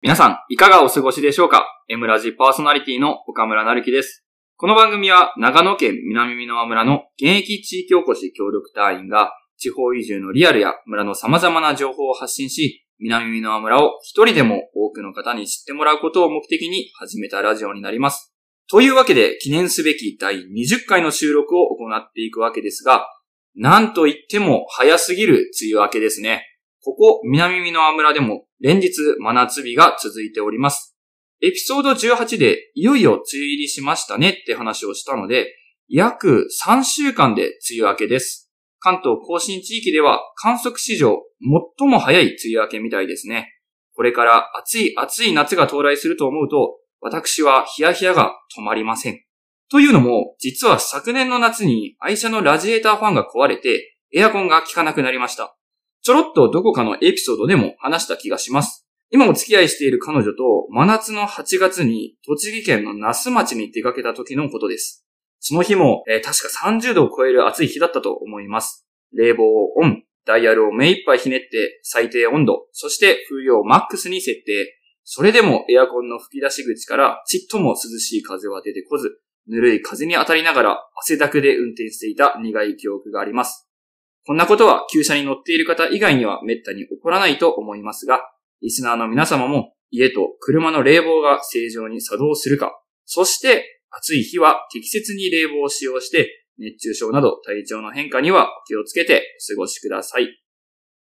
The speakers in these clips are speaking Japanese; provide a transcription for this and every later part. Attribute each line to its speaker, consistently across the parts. Speaker 1: 皆さん、いかがお過ごしでしょうか ?M ラジパーソナリティの岡村なるきです。この番組は長野県南美濃村の現役地域おこし協力隊員が地方移住のリアルや村の様々な情報を発信し、南美濃村を一人でも多くの方に知ってもらうことを目的に始めたラジオになります。というわけで、記念すべき第20回の収録を行っていくわけですが、なんといっても早すぎる梅雨明けですね。ここ南美濃村でも連日真夏日が続いております。エピソード18でいよいよ梅雨入りしましたねって話をしたので、約3週間で梅雨明けです。関東甲信地域では観測史上最も早い梅雨明けみたいですね。これから暑い暑い夏が到来すると思うと、私はヒヤヒヤが止まりません。というのも、実は昨年の夏に愛車のラジエーターファンが壊れて、エアコンが効かなくなりました。ちょろっとどこかのエピソードでも話した気がします。今お付き合いしている彼女と真夏の8月に栃木県の那須町に出かけた時のことです。その日も、えー確か30度を超える暑い日だったと思います。冷房をオン、ダイヤルを目いっぱいひねって最低温度、そして風量をマックスに設定。それでもエアコンの吹き出し口からちっとも涼しい風は出てこず、ぬるい風に当たりながら汗だくで運転していた苦い記憶があります。こんなことは旧車に乗っている方以外には滅多に起こらないと思いますが、リスナーの皆様も家と車の冷房が正常に作動するか、そして暑い日は適切に冷房を使用して、熱中症など体調の変化にはお気をつけてお過ごしください。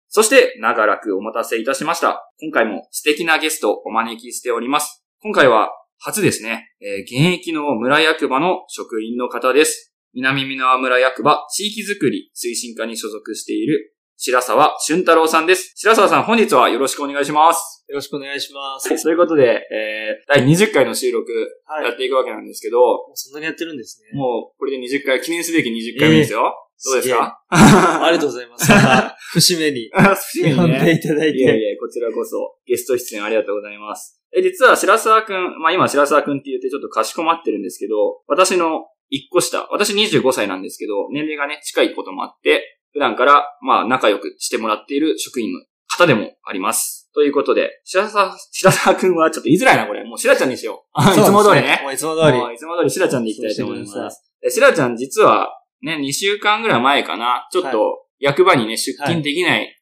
Speaker 1: そして、長らくお待たせいたしました。今回も素敵なゲストをお招きしております。今回は初ですね、えー現役の村役場の職員の方です。南美濃村役場地域づくり推進課に所属している白沢俊太郎さんです。白沢さん、本日はよろしくお願いします。
Speaker 2: よろしくお願いします。
Speaker 1: ということで、えー、第20回の収録
Speaker 2: はい。
Speaker 1: や
Speaker 2: も
Speaker 1: っ
Speaker 2: う
Speaker 1: ていくわけなんですけど、
Speaker 2: そんなにやってるんですね。
Speaker 1: もうこれで20回、記念すべき20回目ですよ。どうですか
Speaker 2: ありがとうございます。 また節目に
Speaker 1: 不思議
Speaker 2: 呼んで
Speaker 1: ね。
Speaker 2: いただい
Speaker 1: いやい
Speaker 2: て。
Speaker 1: や、こちらこそゲスト出演ありがとうございます。え、実は白沢くん、まあ今白沢くんって言ってちょっとかしこまってるんですけど、私の一個下、私25歳なんですけど、年齢がね、近いこともあって、普段からまあ仲良くしてもらっている職員の方でもあります。ということで、白沢、白沢くんはちょっと言いづらいな、これ。もう白ちゃんにし よう。いつも通りね。
Speaker 2: もういつも通り。
Speaker 1: もういつも通り白ちゃんでいきたいと思い
Speaker 2: そう
Speaker 1: ま
Speaker 2: し
Speaker 1: す。え白ちゃん実は、ね、2週間ぐらい前かな、ちょっと役場にね、出勤できない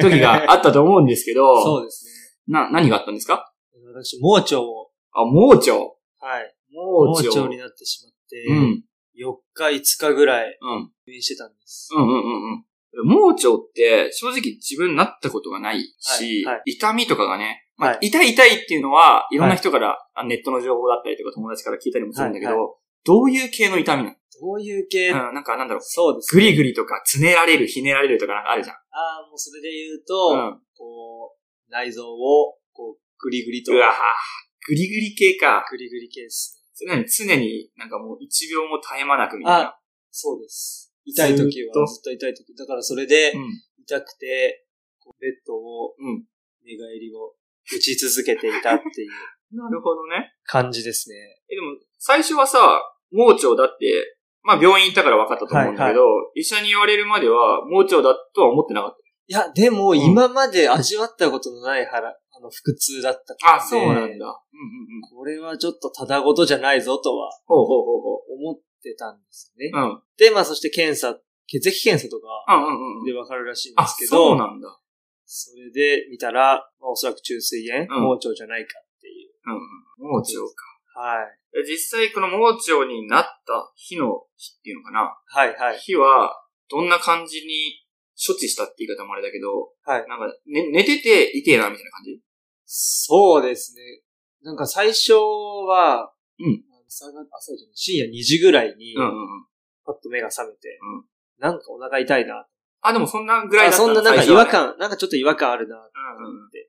Speaker 1: 時があったと思うんですけど、
Speaker 2: そうです
Speaker 1: な、何があったんですか
Speaker 2: ね。私、盲腸を、
Speaker 1: あ、盲腸。
Speaker 2: はい。
Speaker 1: 盲
Speaker 2: 盲
Speaker 1: 腸。
Speaker 2: 腸になってしまって、
Speaker 1: うん。うん。
Speaker 2: 4日、5日ぐらい
Speaker 1: うん。
Speaker 2: 入院してたんです。
Speaker 1: うんうんうん。盲腸って、正直自分なったことがないし、
Speaker 2: はいは
Speaker 1: 痛みとかがね、まあ
Speaker 2: はい
Speaker 1: 痛い痛いっていうのは、いろんな人から、あネットの情報だったりとか友達から聞いたりもするんだけど、
Speaker 2: はい
Speaker 1: どういう系の痛みな
Speaker 2: どういう系、
Speaker 1: の、うん、なんかなんだろう。
Speaker 2: そうです
Speaker 1: グ
Speaker 2: ね。
Speaker 1: リグリとか、つねられる、ひねられるとかなんかあるじゃん。
Speaker 2: ああ、もうそれで言うと、
Speaker 1: うん。
Speaker 2: こう、内臓を、こう、グリグリと。
Speaker 1: うわぁ、グリグリ系か。
Speaker 2: グリグリ系ですね。
Speaker 1: 常に、常になんかもう一秒も絶え間なくみたいな
Speaker 2: あ。、そうです。痛い時は、ずっと痛い時。だからそれで
Speaker 1: うん、。
Speaker 2: 痛くて、こうベッドを
Speaker 1: うん。
Speaker 2: 寝返りを打ち続けていたっていう
Speaker 1: なるほどね。
Speaker 2: 感じですね。
Speaker 1: え、でも、最初はさ、盲腸だって、まあ病院行ったから分かったと思うんだけど、医者に言われるまでは盲腸だとは思ってなかっ
Speaker 2: いや、でも
Speaker 1: ん
Speaker 2: 今まで味わったことのない腹、あの、腹痛だった
Speaker 1: た。あ、
Speaker 2: そうなん
Speaker 1: う
Speaker 2: だ
Speaker 1: んうんうん。
Speaker 2: これはちょっとただごとじゃないぞとは
Speaker 1: ほうほうほうほ
Speaker 2: 思ってたんですね。
Speaker 1: う。うん。
Speaker 2: で、まあそして検査、血液検査とか
Speaker 1: うんうんうん。
Speaker 2: でわかるらしいんで
Speaker 1: あ、
Speaker 2: すけ
Speaker 1: そ
Speaker 2: ど、
Speaker 1: うなんだ。
Speaker 2: それで見たら、まあおそらく中水
Speaker 1: う
Speaker 2: 炎、
Speaker 1: ん
Speaker 2: 盲腸じゃないかっていう。
Speaker 1: うんうん。盲腸か。
Speaker 2: はい。
Speaker 1: え実際この盲腸になった日の日っていうのかな。
Speaker 2: はいはい。
Speaker 1: 日は、どんな感じに処置したって言い方もあれだけど、
Speaker 2: はい
Speaker 1: なんか、ね、寝てて痛えなみたいな感じ
Speaker 2: そうですね。なんか最初は、
Speaker 1: うん
Speaker 2: 朝が、朝じゃない、深夜2時ぐらいに、
Speaker 1: うんうんうん。
Speaker 2: パッと目が覚めて、
Speaker 1: うん
Speaker 2: なんかお腹痛いな。
Speaker 1: あ、でもそんなぐらいだ
Speaker 2: あ
Speaker 1: った
Speaker 2: そんななん
Speaker 1: 最初
Speaker 2: か違
Speaker 1: は
Speaker 2: 和
Speaker 1: ね
Speaker 2: 感、なんかちょっと違和感あるな。
Speaker 1: うんうんうん。
Speaker 2: で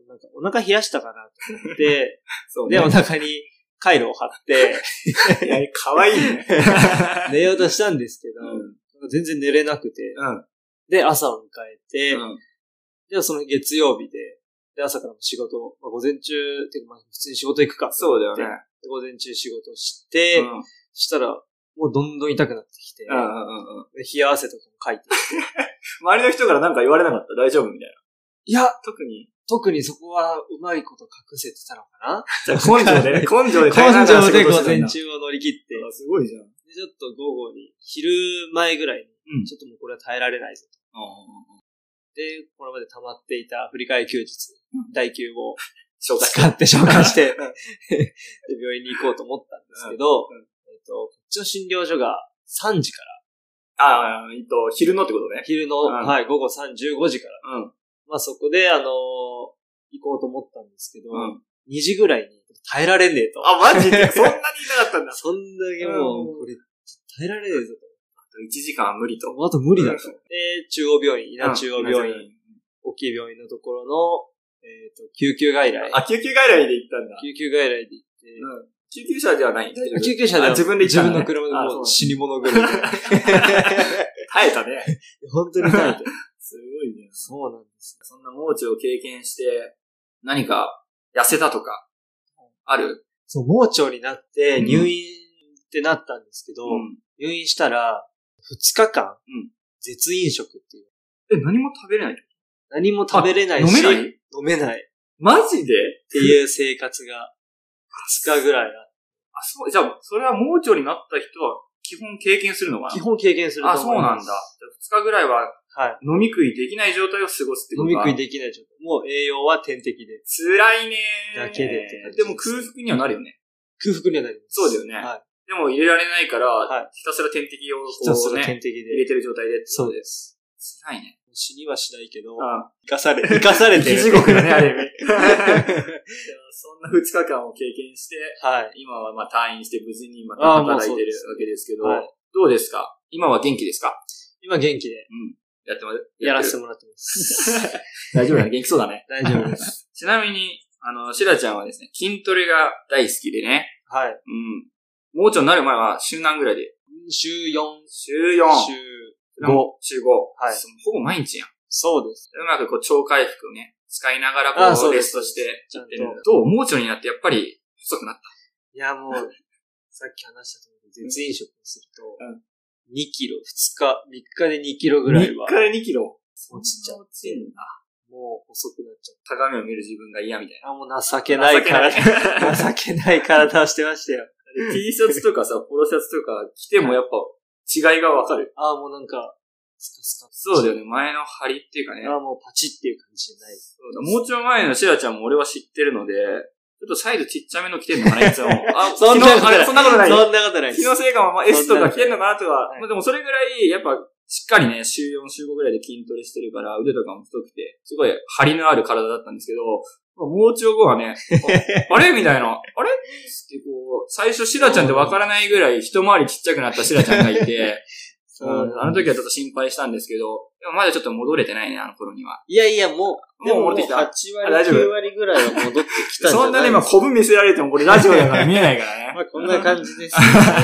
Speaker 2: もなんかお腹冷やしたかなと 思って、
Speaker 1: そうね
Speaker 2: で、お腹にカイロを貼って、
Speaker 1: いや、かわいいね。
Speaker 2: 寝ようとしたんですけど、
Speaker 1: うん。
Speaker 2: なんか全然寝れなくて、
Speaker 1: うん。
Speaker 2: で、朝を迎えて、
Speaker 1: うん。
Speaker 2: で、その月曜日で、で、朝からも仕事を、まあ、午前中、ていうかまあ普通に仕事行くか。
Speaker 1: そうだよね。
Speaker 2: で午前中仕事して、
Speaker 1: うん。
Speaker 2: そしたら、もうどんどん痛くなってきて、
Speaker 1: うんうんうん。
Speaker 2: で冷や汗とかもかいて。
Speaker 1: 周りの人からなんか言われなかった大丈夫みたいな。
Speaker 2: いや、
Speaker 1: 特に。
Speaker 2: 特にそこはうまいこと隠せてたのかな
Speaker 1: じゃあ根性で、根性で耐えな
Speaker 2: 根
Speaker 1: がら
Speaker 2: 性
Speaker 1: 仕
Speaker 2: で
Speaker 1: 事
Speaker 2: 午
Speaker 1: してん
Speaker 2: 前
Speaker 1: だ。
Speaker 2: 中を乗り切って、
Speaker 1: あすごいじゃん。
Speaker 2: でちょっと午後に、昼前ぐらいに、
Speaker 1: うん
Speaker 2: ちょっともうこれは耐えられないぞ。で、これまで溜まっていた振り替え休日、第9号、
Speaker 1: 紹介。
Speaker 2: 使って消化 して、で病院に行こうと思ったんですけど、
Speaker 1: うん
Speaker 2: えっと、こっちの診療所が3時から、
Speaker 1: ああ、えっと、昼のってことね。
Speaker 2: 昼の、
Speaker 1: ん
Speaker 2: はい、午後3、15時から、
Speaker 1: うん。
Speaker 2: まあそこで、あのー行こうと思ったんですけど、
Speaker 1: うん。
Speaker 2: 2時ぐらいに耐えられねえと。
Speaker 1: あ、マジ でそんなにいなかったんだ。
Speaker 2: そんだけもう、これ、耐えられねえぞ
Speaker 1: 1時間は無理と。
Speaker 2: と。あと無理だと
Speaker 1: う。
Speaker 2: で、中央病院、稲中央病院、。大きい病院のところの、えっ、と、救急外来。
Speaker 1: あ、救急外来で行ったんだ。
Speaker 2: 救急外来で行って、
Speaker 1: うん。救急車ではない。
Speaker 2: あ救急車で
Speaker 1: あ
Speaker 2: は
Speaker 1: 自分で行っ
Speaker 2: 自
Speaker 1: た
Speaker 2: 分
Speaker 1: んだ
Speaker 2: の
Speaker 1: ね
Speaker 2: 車で
Speaker 1: あそうなん
Speaker 2: も
Speaker 1: だ
Speaker 2: う死に物狂いで。
Speaker 1: 耐えたね。
Speaker 2: 本当に耐えて。
Speaker 1: すごいね。
Speaker 2: そうなんです。
Speaker 1: そんな盲腸を経験して、何か痩せたとか、ある
Speaker 2: そう、盲腸になって
Speaker 1: うん
Speaker 2: 入院ってなったんですけど、
Speaker 1: うん。
Speaker 2: 入院したら、2日間、
Speaker 1: ん
Speaker 2: 絶飲食っていう。
Speaker 1: え、何も食べれない
Speaker 2: 何も食べれないし、
Speaker 1: 飲めない
Speaker 2: 飲めないっ
Speaker 1: マジで
Speaker 2: ていう生活が、2日ぐらいあって
Speaker 1: あ、そう、じゃあ、それは盲腸になった人は基本経験するのかな
Speaker 2: 基本経験すると
Speaker 1: あ、
Speaker 2: 思
Speaker 1: そう
Speaker 2: い
Speaker 1: なん
Speaker 2: ま
Speaker 1: だ。
Speaker 2: す。
Speaker 1: じゃあ2日ぐらいは
Speaker 2: はい。
Speaker 1: 飲み食いできない状態を過ごすってこと
Speaker 2: 飲み
Speaker 1: か
Speaker 2: 食いできない状態。もう栄養は点滴で。
Speaker 1: 辛いねー
Speaker 2: だけでって感じ
Speaker 1: でも空腹にはなるよね。
Speaker 2: 空腹にはなります。
Speaker 1: そうだよね
Speaker 2: はい。
Speaker 1: でも入れられないから、
Speaker 2: はい
Speaker 1: ひたすら点滴を
Speaker 2: ひたす
Speaker 1: こう
Speaker 2: ら
Speaker 1: ね
Speaker 2: 点、滴
Speaker 1: 入
Speaker 2: で。
Speaker 1: れてる状態でってこと
Speaker 2: そうです。
Speaker 1: 辛いね。
Speaker 2: 死にはしないけど、
Speaker 1: あ
Speaker 2: 生かされ、生かされて る。。
Speaker 1: 地獄だね、あれ そんな2日間を経験して、
Speaker 2: はい。
Speaker 1: 今はまあ退院して無事にま
Speaker 2: あ
Speaker 1: た
Speaker 2: あもう
Speaker 1: 働
Speaker 2: そ
Speaker 1: いうてる
Speaker 2: です
Speaker 1: わけですけど、
Speaker 2: はい
Speaker 1: どうですか今は元気ですか
Speaker 2: 今元気で
Speaker 1: やってま
Speaker 2: やらせて
Speaker 1: も
Speaker 2: もらってます。
Speaker 1: 大丈夫だね。元気そうだね。
Speaker 2: 大丈夫で す。
Speaker 1: ちなみに、あの、シラちゃんはですね、筋トレが大好きでね、
Speaker 2: はい。
Speaker 1: うん。盲腸になる前は週何ぐらいで
Speaker 2: 週4、
Speaker 1: 週 4!
Speaker 2: 週
Speaker 1: 5! 週 5!
Speaker 2: はい
Speaker 1: そのほぼ毎日やん。
Speaker 2: そうです。
Speaker 1: うまくこう、腸回復をね、使いながら
Speaker 2: ああ
Speaker 1: こ、
Speaker 2: そうう
Speaker 1: レ
Speaker 2: で
Speaker 1: ス
Speaker 2: す
Speaker 1: トして
Speaker 2: ちゃん
Speaker 1: やって
Speaker 2: と。
Speaker 1: るんだけど、どう盲腸になってやっぱり細くなった。
Speaker 2: いや、もう、さっき話したとおり、絶飲食をすると、
Speaker 1: う
Speaker 2: 2キロ、2日、3日で2キロぐらいは、
Speaker 1: 回2キロ。
Speaker 2: 落ちちゃう。
Speaker 1: 落ちてんだ。
Speaker 2: もう細くなっちゃっ
Speaker 1: 鏡を見る自分が嫌みたい
Speaker 2: た。あ、もう情け
Speaker 1: な。
Speaker 2: ない体、
Speaker 1: 情けない
Speaker 2: 情けない体をしてましたよ。
Speaker 1: T シャツとかさ、ポロシャツとか着てもやっぱ違いがわかる。
Speaker 2: あ、もうなんか、スカスカ。
Speaker 1: そうだよね。前の張りっていうかね。
Speaker 2: あ、もうパチっていう感じじゃない。
Speaker 1: そうだ。もうちょい前のシェラちゃんも俺は知ってるので、ちょっとサイズちっちゃめの着てんのかな、いつも。 あ、
Speaker 2: そんなことない
Speaker 1: 昨日あれそんなことない。
Speaker 2: そんな ことないです
Speaker 1: 気。のせいかも、まあ、S とか着てんのかなとは
Speaker 2: は。い
Speaker 1: まあ、でもそれぐらい、やっぱ、しっかりね、週4、週5ぐらいで筋トレしてるから、腕とかも太くて、すごい張りのある体だったんですけど、まあ盲腸後は ね、ああれみたいな、あれってこう、最初シラちゃんってわからないぐらい一回りちっちゃくなったシラちゃんがい て、う
Speaker 2: うん
Speaker 1: んあの時はちょっと心配したんですけど、でもまだちょっと戻れてないね、あの頃には。
Speaker 2: いやいや、もう、
Speaker 1: もう戻ってきた
Speaker 2: でも
Speaker 1: あ
Speaker 2: 8
Speaker 1: 大
Speaker 2: 割、
Speaker 1: 丈夫
Speaker 2: 9割ぐらいは戻ってきたんじゃない
Speaker 1: そんなね、今、コブ見せられてもこれラジオだから見えないからね。
Speaker 2: まあ、こんな感じ ですよ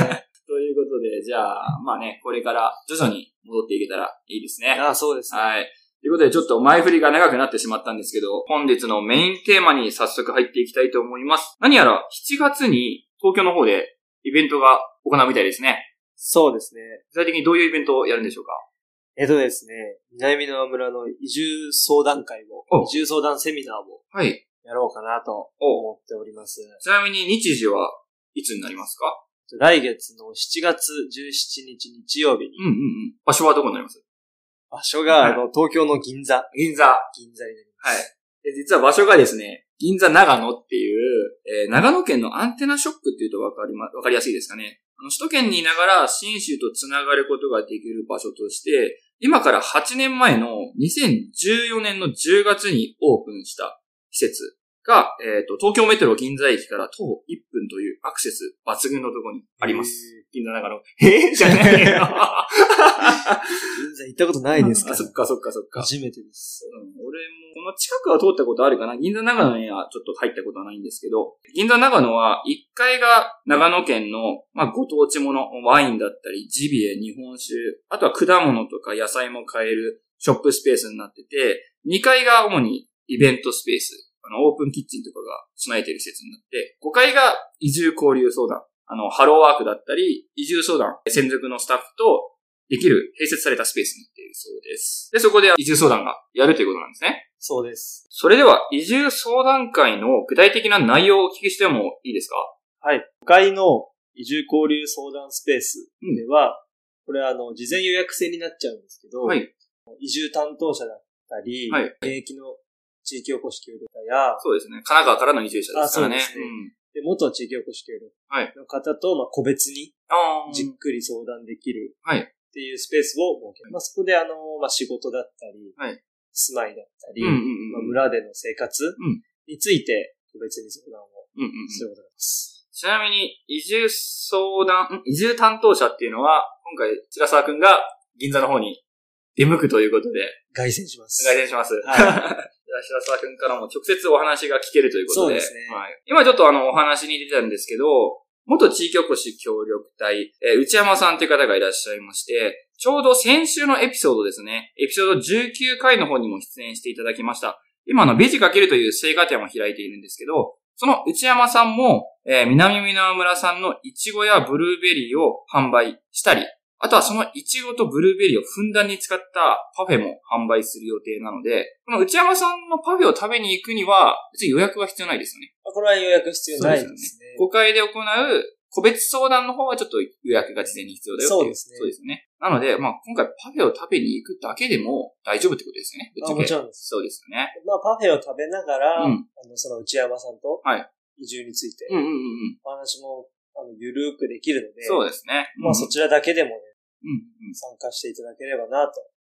Speaker 2: ね。
Speaker 1: ということで、じゃあ、まあね、これから徐々に戻っていけたらいいですね。
Speaker 2: あ、そうですね。
Speaker 1: はい。ということで、ちょっと前振りが長くなってしまったんですけど、本日のメインテーマに早速入っていきたいと思います。何やら7月に東京の方でイベントが行うみたいですね。
Speaker 2: そうですね。
Speaker 1: 具体的にどういうイベントをやるんでしょうか
Speaker 2: えっとですね、南の村の移住相談会も
Speaker 1: お、
Speaker 2: 移住相談セミナーも
Speaker 1: はい。
Speaker 2: やろうかなと
Speaker 1: お
Speaker 2: 思っております。
Speaker 1: ちなみに日時はいつになりますか
Speaker 2: 来月の7月17日日曜日に、
Speaker 1: うんうんうん。場所はどこになります
Speaker 2: 場所があの東京の銀座、
Speaker 1: 銀座。は
Speaker 2: 銀座になります。
Speaker 1: い。で実は場所がですね、銀座長野っていう、えー長野県のアンテナショップっていうとわかりま、わかりやすいですかね。あの、首都圏にいながら、新州とつながることができる場所として、今から8年前の2014年の10月にオープンした施設が、えっ、と、東京メトロ銀座駅から徒歩1分というアクセス抜群のところにあります。
Speaker 2: す。
Speaker 1: 銀座長野。 へえじゃない よ。
Speaker 2: 銀座行ったこと ないですか
Speaker 1: あ
Speaker 2: ら
Speaker 1: そっかそっかそっか。
Speaker 2: 初めてです。
Speaker 1: うん俺も、この近くは通ったことあるかな銀座長野にはちょっと入ったことはないんですけど、銀座長野は1階が長野県の、まあ、ご当地もの、ワインだったり、ジビエ、日本酒、あとは果物とか野菜も買えるショップスペースになってて、2階が主にイベントスペース、あの、オープンキッチンとかが備えてる施設になって、5階が移住交流相談、あの、ハローワークだったり、移住相談、専属のスタッフとできる併設されたスペースに行っているそうです。で、そこで移住相談がやるということなんですね。
Speaker 2: そうです。
Speaker 1: それでは、移住相談会の具体的な内容をお聞きしてもいいですか
Speaker 2: はい。5階の移住交流相談スペースでは、これはあの、事前予約制になっちゃうんですけど、
Speaker 1: はい。
Speaker 2: 移住担当者だったり、
Speaker 1: はい
Speaker 2: 現役の地域おこし協力家や、
Speaker 1: そうですね。神奈川からの移住者ですからね。
Speaker 2: あそうですねで元地域おこし協力
Speaker 1: はい
Speaker 2: の方と、まあ、個別に
Speaker 1: うん。あー
Speaker 2: じっくり相談できる
Speaker 1: はい
Speaker 2: っていうスペースを設ける。まあ、そこであの、まあ、仕事だったり、
Speaker 1: はい
Speaker 2: 住まいだったり、
Speaker 1: うんうん
Speaker 2: まあ、
Speaker 1: うん。
Speaker 2: 村での生活
Speaker 1: ん
Speaker 2: について個別に相談を
Speaker 1: うんうんうん
Speaker 2: することがあります。
Speaker 1: ちなみに、移住相談、ん移住担当者っていうのは、今回、白沢くんが銀座の方に出向くということで、
Speaker 2: 凱旋します。
Speaker 1: 来店します。
Speaker 2: はい
Speaker 1: じゃあ白沢くんからも直接お話が聞けるということで。
Speaker 2: そうですね
Speaker 1: はい、今ちょっとあの、お話に出てたんですけど、元地域おこし協力隊、えー内山さんという方がいらっしゃいまして、ちょうど先週のエピソードですね、エピソード19回の方にも出演していただきました。今あの、ベジかけるという成果展を開いているんですけど、その内山さんも、えー南美濃村産のイチゴやブルーベリーを販売したり、あとはそのイチゴとブルーベリーをふんだんに使ったパフェも販売する予定なので、この内山さんのパフェを食べに行くには、別に予約は必要ないですよね。
Speaker 2: まあこれは予約必要ないです
Speaker 1: そう
Speaker 2: ね。
Speaker 1: です5回で行う個別相談の方はちょっと予約が事前に必要だよっていう。
Speaker 2: そうですね
Speaker 1: そうですよね。なので、まあ今回パフェを食べに行くだけでも大丈夫ってことですよね。ぶっちゃけ
Speaker 2: あもちろんです。
Speaker 1: そうですよね。
Speaker 2: まあ、パフェを食べながら、
Speaker 1: うん
Speaker 2: あのその内山さんと
Speaker 1: はい
Speaker 2: 移住について、
Speaker 1: うんうんうんうん。
Speaker 2: お話もあのゆるーくできるので、
Speaker 1: そうですね。
Speaker 2: まあ、そちらだけでもね、
Speaker 1: うんうん。
Speaker 2: 参加していただければなと。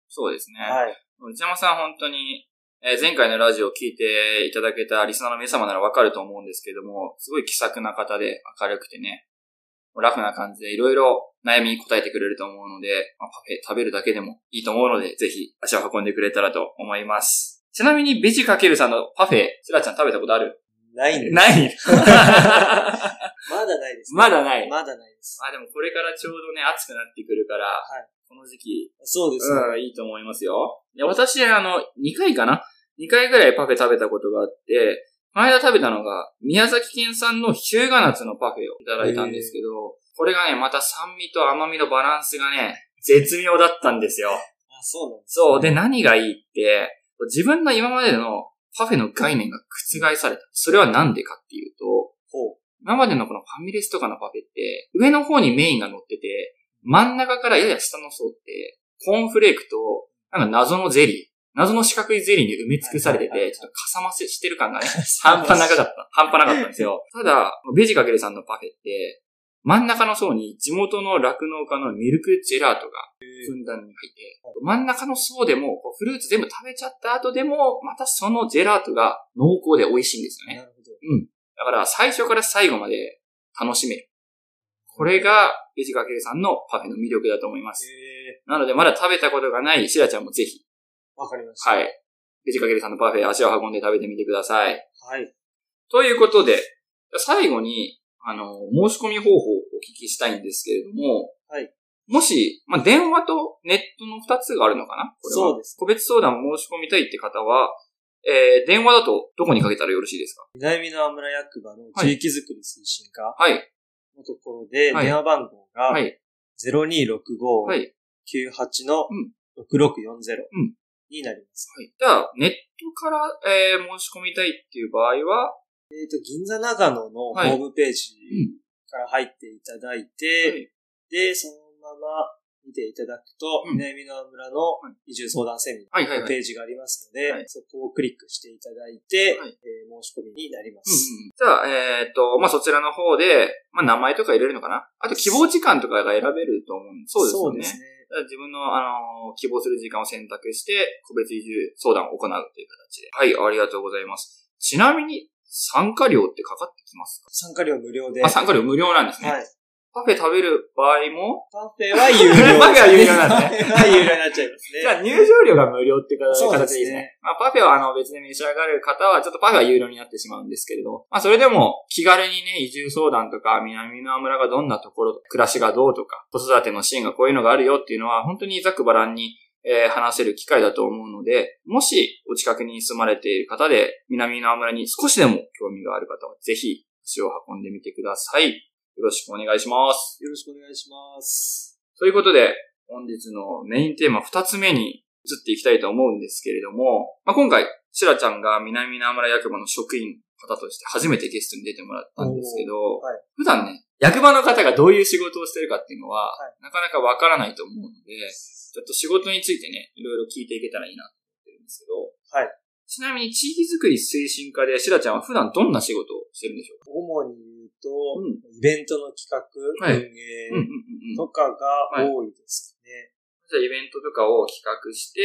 Speaker 1: そうですね。
Speaker 2: はい。
Speaker 1: 内山さん本当に、えー前回のラジオを聞いていただけたリスナーの皆様ならわかると思うんですけども、すごい気さくな方で明るくてね、ラフな感じでいろいろ悩みに答えてくれると思うので、まあ、パフェ食べるだけでもいいと思うので、ぜひ足を運んでくれたらと思います。ちなみに、ベジかけるさんのパフェ、スラちゃん食べたことある
Speaker 2: ないんで す。
Speaker 1: ない
Speaker 2: まだないです、
Speaker 1: まだない
Speaker 2: まだないです。
Speaker 1: まあでもこれからちょうどね、暑くなってくるから、
Speaker 2: はい
Speaker 1: この時期
Speaker 2: そうですね。
Speaker 1: うん、いいと思いますよ。で私、あの、2回かな ?2 回ぐらいパフェ食べたことがあって、この間食べたのが、宮崎県産の日向夏のパフェをいただいたんですけど、これがね、また酸味と甘みのバランスがね、絶妙だったんですよ。
Speaker 2: あ、そうなんです。
Speaker 1: そう。で、何がいいって、自分の今までのパフェの概念が覆された。それはなんでかっていうと、
Speaker 2: ほう。
Speaker 1: 今までのこのファミレスとかのパフェって、上の方にメインが乗ってて、真ん中からやや下の層って、コーンフレークと、なんか謎のゼリー、謎の四角いゼリーに埋め尽くされて
Speaker 2: はいはいは
Speaker 1: て、
Speaker 2: い
Speaker 1: ちょっとかさませしてる感 がね、半端なかった、半端なかったんですよ。ただ、ベジかけるさんのパフェって、真ん中の層に地元の酪農家のミルクジェラートがふんだんに入って、真ん中の層でも、こうフルーツ全部食べちゃった後でも、またそのジェラートが濃厚で美味しいんですよね。
Speaker 2: なるほど。
Speaker 1: だから最初から最後まで楽しめる。これが、ベジかけるさんのパフェの魅力だと思います。
Speaker 2: え
Speaker 1: なので、まだ食べたことがないシラちゃんもぜひ、
Speaker 2: ー、わかりました。
Speaker 1: はい。ベジかけるさんのパフェ、足を運んで食べてみてください。
Speaker 2: はい。
Speaker 1: ということで、最後に、あの、申し込み方法をお聞きしたいんですけれども、
Speaker 2: はい。
Speaker 1: もし、まあ、電話とネットの二つがあるのかなこれは
Speaker 2: そうです
Speaker 1: 個別相談を申し込みたいって方は、えー、電話だとどこにかけたらよろしいですか
Speaker 2: 南の村役場の地域づくり推進課
Speaker 1: はい。
Speaker 2: のところで、
Speaker 1: はい
Speaker 2: 電話番号が、
Speaker 1: はい。はい。う
Speaker 2: 0265-98-6640
Speaker 1: んん
Speaker 2: になります。
Speaker 1: はい。じゃあ、ネットから、えー申し込みたいっていう場合は、
Speaker 2: えっ、と、銀座長野のホ
Speaker 1: はい
Speaker 2: ームページ
Speaker 1: うん
Speaker 2: から入っていただいて、
Speaker 1: はい
Speaker 2: で、そのまま見ていただくと、
Speaker 1: うん
Speaker 2: 南の村の
Speaker 1: い
Speaker 2: 移住相談セミナ
Speaker 1: はいはいはい。うんうん
Speaker 2: ーのページがありますので、
Speaker 1: はい
Speaker 2: そこをクリックしていただいて、
Speaker 1: はい
Speaker 2: えー申し込みになります。
Speaker 1: じゃあ、えっ、と、まあ、そちらの方で、まあ、名前とか入れるのかなあと、希望時間とかが選べると思うんそうですよね。
Speaker 2: そうですね。
Speaker 1: だから自分の、あのー希望する時間を選択して、個別移住相談を行うという形で。はい、ありがとうございます。ちなみに、参加料ってかかってきますか
Speaker 2: 参加料無料で。
Speaker 1: あ、参加料無料なんですね。
Speaker 2: はい。
Speaker 1: パフェ食べる場合も、
Speaker 2: パフェは有 料。
Speaker 1: パフェは有料なんだ
Speaker 2: パフェは有料になっちゃいますね。
Speaker 1: じゃあ入場料が無料っていう形
Speaker 2: そう
Speaker 1: で
Speaker 2: ですね
Speaker 1: いいですね。まあ、パフェはあの別で召し上がる方は、ちょっとパフェは有料になってしまうんですけれど、まあそれでも気軽にね、移住相談とか、南の村がどんなところ、暮らしがどうとか、子育てのシーンがこういうのがあるよっていうのは、本当にざっくばらんに、えー話せる機会だと思うので、もしお近くに住まれている方で、南の村に少しでも興味がある方は、ぜひ足を運んでみてください。よろしくお願いします。
Speaker 2: よろしくお願いします。
Speaker 1: ということで、本日のメインテーマ2つ目に移っていきたいと思うんですけれども、まあ、今回、シュラちゃんが南名村役場の職員の方として初めてゲストに出てもらったんですけど、
Speaker 2: ーはい
Speaker 1: 普段ね、役場の方がどういう仕事をしてるかっていうのは、なかなかわからないと思うので、ちょっと仕事についてね、いろいろ聞いていけたらいいなと思ってるんですけど、
Speaker 2: はい
Speaker 1: ちなみに地域づくり推進課でシュラちゃんは普段どんな仕事をしてるんでしょうか
Speaker 2: 主に言うと、
Speaker 1: うん
Speaker 2: イベントの企画、
Speaker 1: はい
Speaker 2: 運営、
Speaker 1: うんうんうんうん
Speaker 2: とかが多いですね。
Speaker 1: じゃあイベントとかを企画して、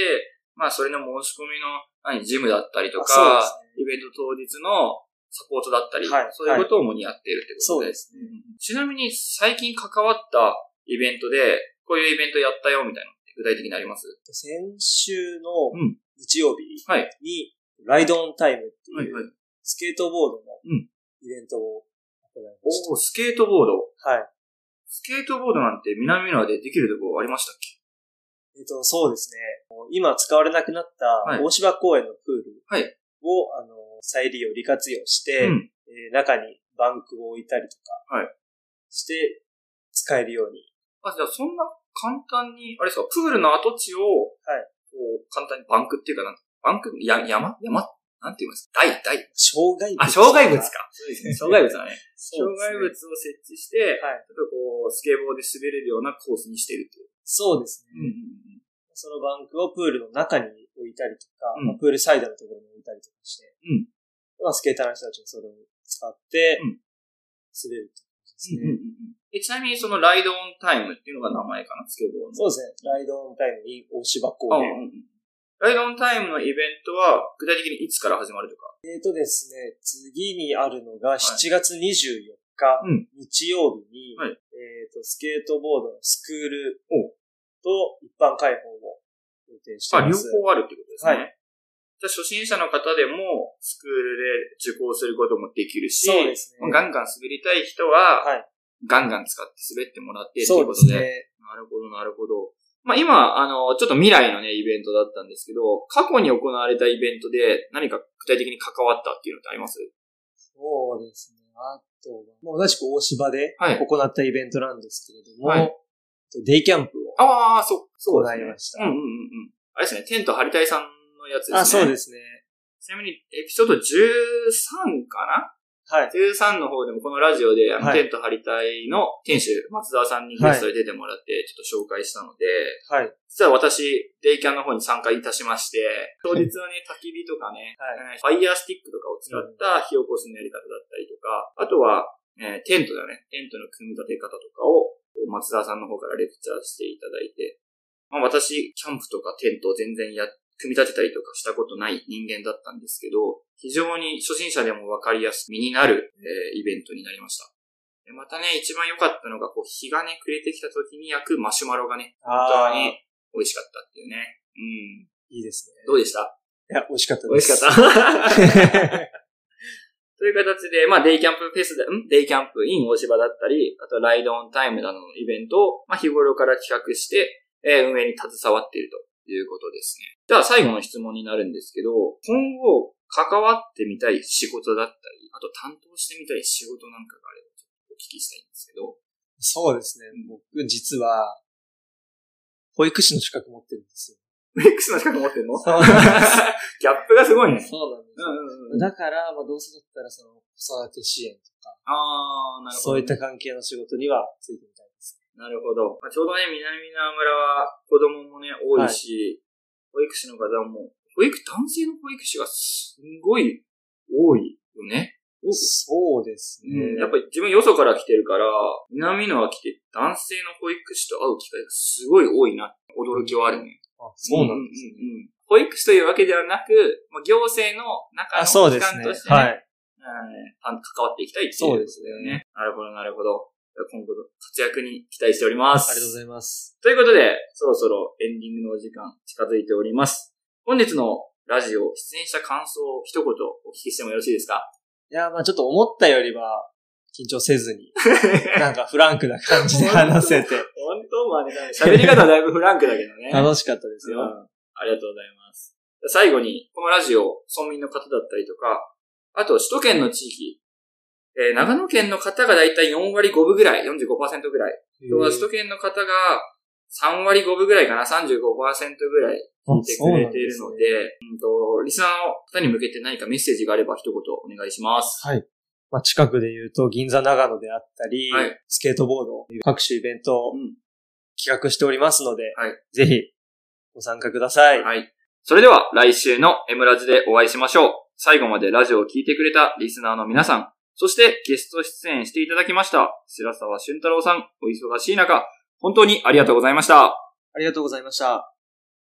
Speaker 1: まあそれの申し込みの、何、ジムだったりと
Speaker 2: あ
Speaker 1: か、
Speaker 2: そうですね
Speaker 1: イベント当日のサポートだったり、
Speaker 2: はい
Speaker 1: そういうことを主にやっているってこと。
Speaker 2: そうですすね。
Speaker 1: ちなみに最近関わったイベントで、こういうイベントやったよみたいなのって具体的にあります
Speaker 2: 先週の
Speaker 1: うん
Speaker 2: 日曜日
Speaker 1: はい
Speaker 2: に、ライドオンタイムって、
Speaker 1: はいいはいう
Speaker 2: スケートボードの
Speaker 1: うん
Speaker 2: イベントを行いまし
Speaker 1: おースケートボード。
Speaker 2: た。はい。
Speaker 1: スケートボードなんて南のでできるとこありましたっけ
Speaker 2: えっと、そうですね。もう今使われなくなっ
Speaker 1: はい
Speaker 2: た大芝公園のプー
Speaker 1: は
Speaker 2: ル
Speaker 1: い
Speaker 2: を、あの、再利用、利活用して、
Speaker 1: うん。
Speaker 2: えー中にバンクを置いたりとか、
Speaker 1: はい
Speaker 2: して、使えるように。
Speaker 1: あ、じゃあそんな簡単に、あれですか、プールの跡地を、
Speaker 2: はい
Speaker 1: こう、簡単にバンクっていうかなんか、バンク、や、山山なんて言いますか大、大。
Speaker 2: 障害物。
Speaker 1: あ、障害物か。。そうですね。障害物だね。
Speaker 2: そ
Speaker 1: 障
Speaker 2: うです
Speaker 1: 害物を
Speaker 2: ね
Speaker 1: 設置して、
Speaker 2: はい
Speaker 1: ちょっとこう、スケボーで滑れるようなコースにしてるっていう。
Speaker 2: そうですね。
Speaker 1: ん。
Speaker 2: そのバンクをプールの中に置いたりとか、
Speaker 1: うん
Speaker 2: まあプールサイドのところに置いたりとかして、まあ、スケーターの人たちもそれを使って
Speaker 1: うん、
Speaker 2: 滑るってこと
Speaker 1: う
Speaker 2: です
Speaker 1: ん
Speaker 2: ね。
Speaker 1: うんうんえちなみにそのライドオンタイムっていうのが名前かな、スケボーの。
Speaker 2: そうですね。ライドオンタイムに大芝公
Speaker 1: うん
Speaker 2: 園。
Speaker 1: うんうんライドオンタイムのイベントは、具体的にいつから始まるとか。
Speaker 2: えっ、とですね、次にあるのが7月24日、
Speaker 1: うん
Speaker 2: 日曜日に、
Speaker 1: はい
Speaker 2: えっ、と、スケートボードのスクール
Speaker 1: お
Speaker 2: と一般開放を予定して
Speaker 1: あ、
Speaker 2: ま
Speaker 1: 両
Speaker 2: す。
Speaker 1: 方あるってことですね。
Speaker 2: は
Speaker 1: じゃあ初心者の方でも、スクールで受講することもできるし、
Speaker 2: そうですね。
Speaker 1: ガンガン滑りたい人は、
Speaker 2: はい
Speaker 1: ガンガン使って滑ってもらってってい
Speaker 2: そうう
Speaker 1: こ
Speaker 2: で
Speaker 1: と
Speaker 2: す
Speaker 1: で、
Speaker 2: ね。
Speaker 1: なるほど、なるほど。まあ、今、あの、ちょっと未来のね、イベントだったんですけど、過去に行われたイベントで何か具体的に関わったっていうのってあります
Speaker 2: そうですね。あとは、まあ同じく大芝で
Speaker 1: はい
Speaker 2: 行ったイベントなんですけれども、
Speaker 1: はい
Speaker 2: デイキャンプを
Speaker 1: ああ、そう、
Speaker 2: 行
Speaker 1: です
Speaker 2: い
Speaker 1: ね
Speaker 2: ました。
Speaker 1: うんうんうんうん。あれですね、テント張りたいさんのやつですね。。
Speaker 2: あ、そうですすね。
Speaker 1: ちなみに、エピソード13かな
Speaker 2: はい。
Speaker 1: 13の方でもこのラジオで、あの、
Speaker 2: は
Speaker 1: テン
Speaker 2: い
Speaker 1: ト張りたいの店主、松沢さんにゲストで出てもらって、ちょっと紹介したので、
Speaker 2: はい。
Speaker 1: 実は私、デイキャンの方に参加いたしまして、当日はね、焚き火とかね、えー
Speaker 2: は
Speaker 1: ファイヤースティックとかを使った火起こしのやり方だったりとか、あとは、えーテントだね、テントの組み立て方とかを、松沢さんの方からレクチャーしていただいて、まあ私、キャンプとかテントを全然や、組み立てたりとかしたことない人間だったんですけど、非常に初心者でもわかりやすく身になる、えーイベントになりました。でまたね、一番良かったのが、こう、日がね、暮れてきた時に焼くマシュマロがね、本
Speaker 2: ああ
Speaker 1: 当
Speaker 2: ー、
Speaker 1: に
Speaker 2: い
Speaker 1: 美味しかったっていうね。うん。
Speaker 2: いですね。
Speaker 1: どうでした
Speaker 2: いや、美味しかった
Speaker 1: 美
Speaker 2: で
Speaker 1: 味
Speaker 2: す。
Speaker 1: しかった。
Speaker 2: った。
Speaker 1: という形で、まあ、デイキャンプフェスで、んデイキャンプイン大芝だったり、あとライドオンタイムなどのイベントを、まあ、日頃から企画して、えー運営に携わっているということですね。では、最後の質問になるんですけど、今後、関わってみたい仕事だったり、あと担当してみたい仕事なんかがあれば、ちょっとお聞きしたいんですけど。
Speaker 2: そうですね。僕、実は、保育士の資格持ってるんですよ。
Speaker 1: メックスの資格持ってんのギ
Speaker 2: そうなん です。
Speaker 1: ャップがすご いね。
Speaker 2: そうなんで
Speaker 1: う
Speaker 2: す
Speaker 1: んうんうん。
Speaker 2: だから、まあ、どうせだったら、その、子育て支援とか、
Speaker 1: あー、なるほど、
Speaker 2: そういった関係の仕事にはついてみたいです。
Speaker 1: なるほど。まあ、ちょうどね、南の村は子供もね、多いし、保育士の方も、保育、男性の保育士がすんごい多いよね。
Speaker 2: そうですね。
Speaker 1: やっぱり自分よそから来てるから、南のは来て男性の保育士と会う機会がすごい多いな。驚きはあるね。
Speaker 2: あそうなんですね。
Speaker 1: うんうんうん保育士というわけではなく、まあ、行政の中
Speaker 2: あ、そ
Speaker 1: の
Speaker 2: う
Speaker 1: 機
Speaker 2: です
Speaker 1: 関
Speaker 2: ね
Speaker 1: として、。ね
Speaker 2: はい。
Speaker 1: うん関わっていきたいっていう。
Speaker 2: そうですね。
Speaker 1: ね。なるほど、なるほど。今後の活躍に期待しております。
Speaker 2: ありがとうございます。
Speaker 1: ということで、そろそろエンディングのお時間近づいております。本日のラジオ、出演した感想を一言お聞きしてもよろしいです か
Speaker 2: いや、まあちょっと思ったよりは、緊張せ ずに、なんかフランクな感じで話せて、
Speaker 1: 本当まあね、喋り方だいぶフランクだけどね
Speaker 2: 楽しかったです
Speaker 1: うん
Speaker 2: よ。
Speaker 1: ありがとうございます。最後に、このラジオ、村民の方だったりとか、あと、首都圏の地域、えー長野県の方がだいたい4割5分ぐらい、45%ぐらい。
Speaker 2: へー
Speaker 1: 要は首都圏の方が3割5分ぐらいかな、35%ぐらい聞いてくれているので、うんと、リスナーの方に向けて何かメッセージがあれば一言お願いします。
Speaker 2: はい。まあ、近くで言うと、銀座長野であったり、
Speaker 1: はい
Speaker 2: スケートボード、各種イベントを
Speaker 1: うん
Speaker 2: 企画しておりますので、
Speaker 1: はい
Speaker 2: ぜひご参加ください。
Speaker 1: はい。それでは来週の M ラジでお会いしましょう。最後までラジオを聞いてくれたリスナーの皆さん、そしてゲスト出演していただきました白沢俊太郎さん、お忙しい中、本当にありがとうございました。
Speaker 2: ありがとうございました。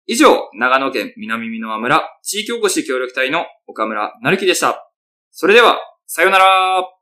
Speaker 1: 以上、長野県南美濃村地域おこし協力隊の岡村なるきでした。それでは、さようなら。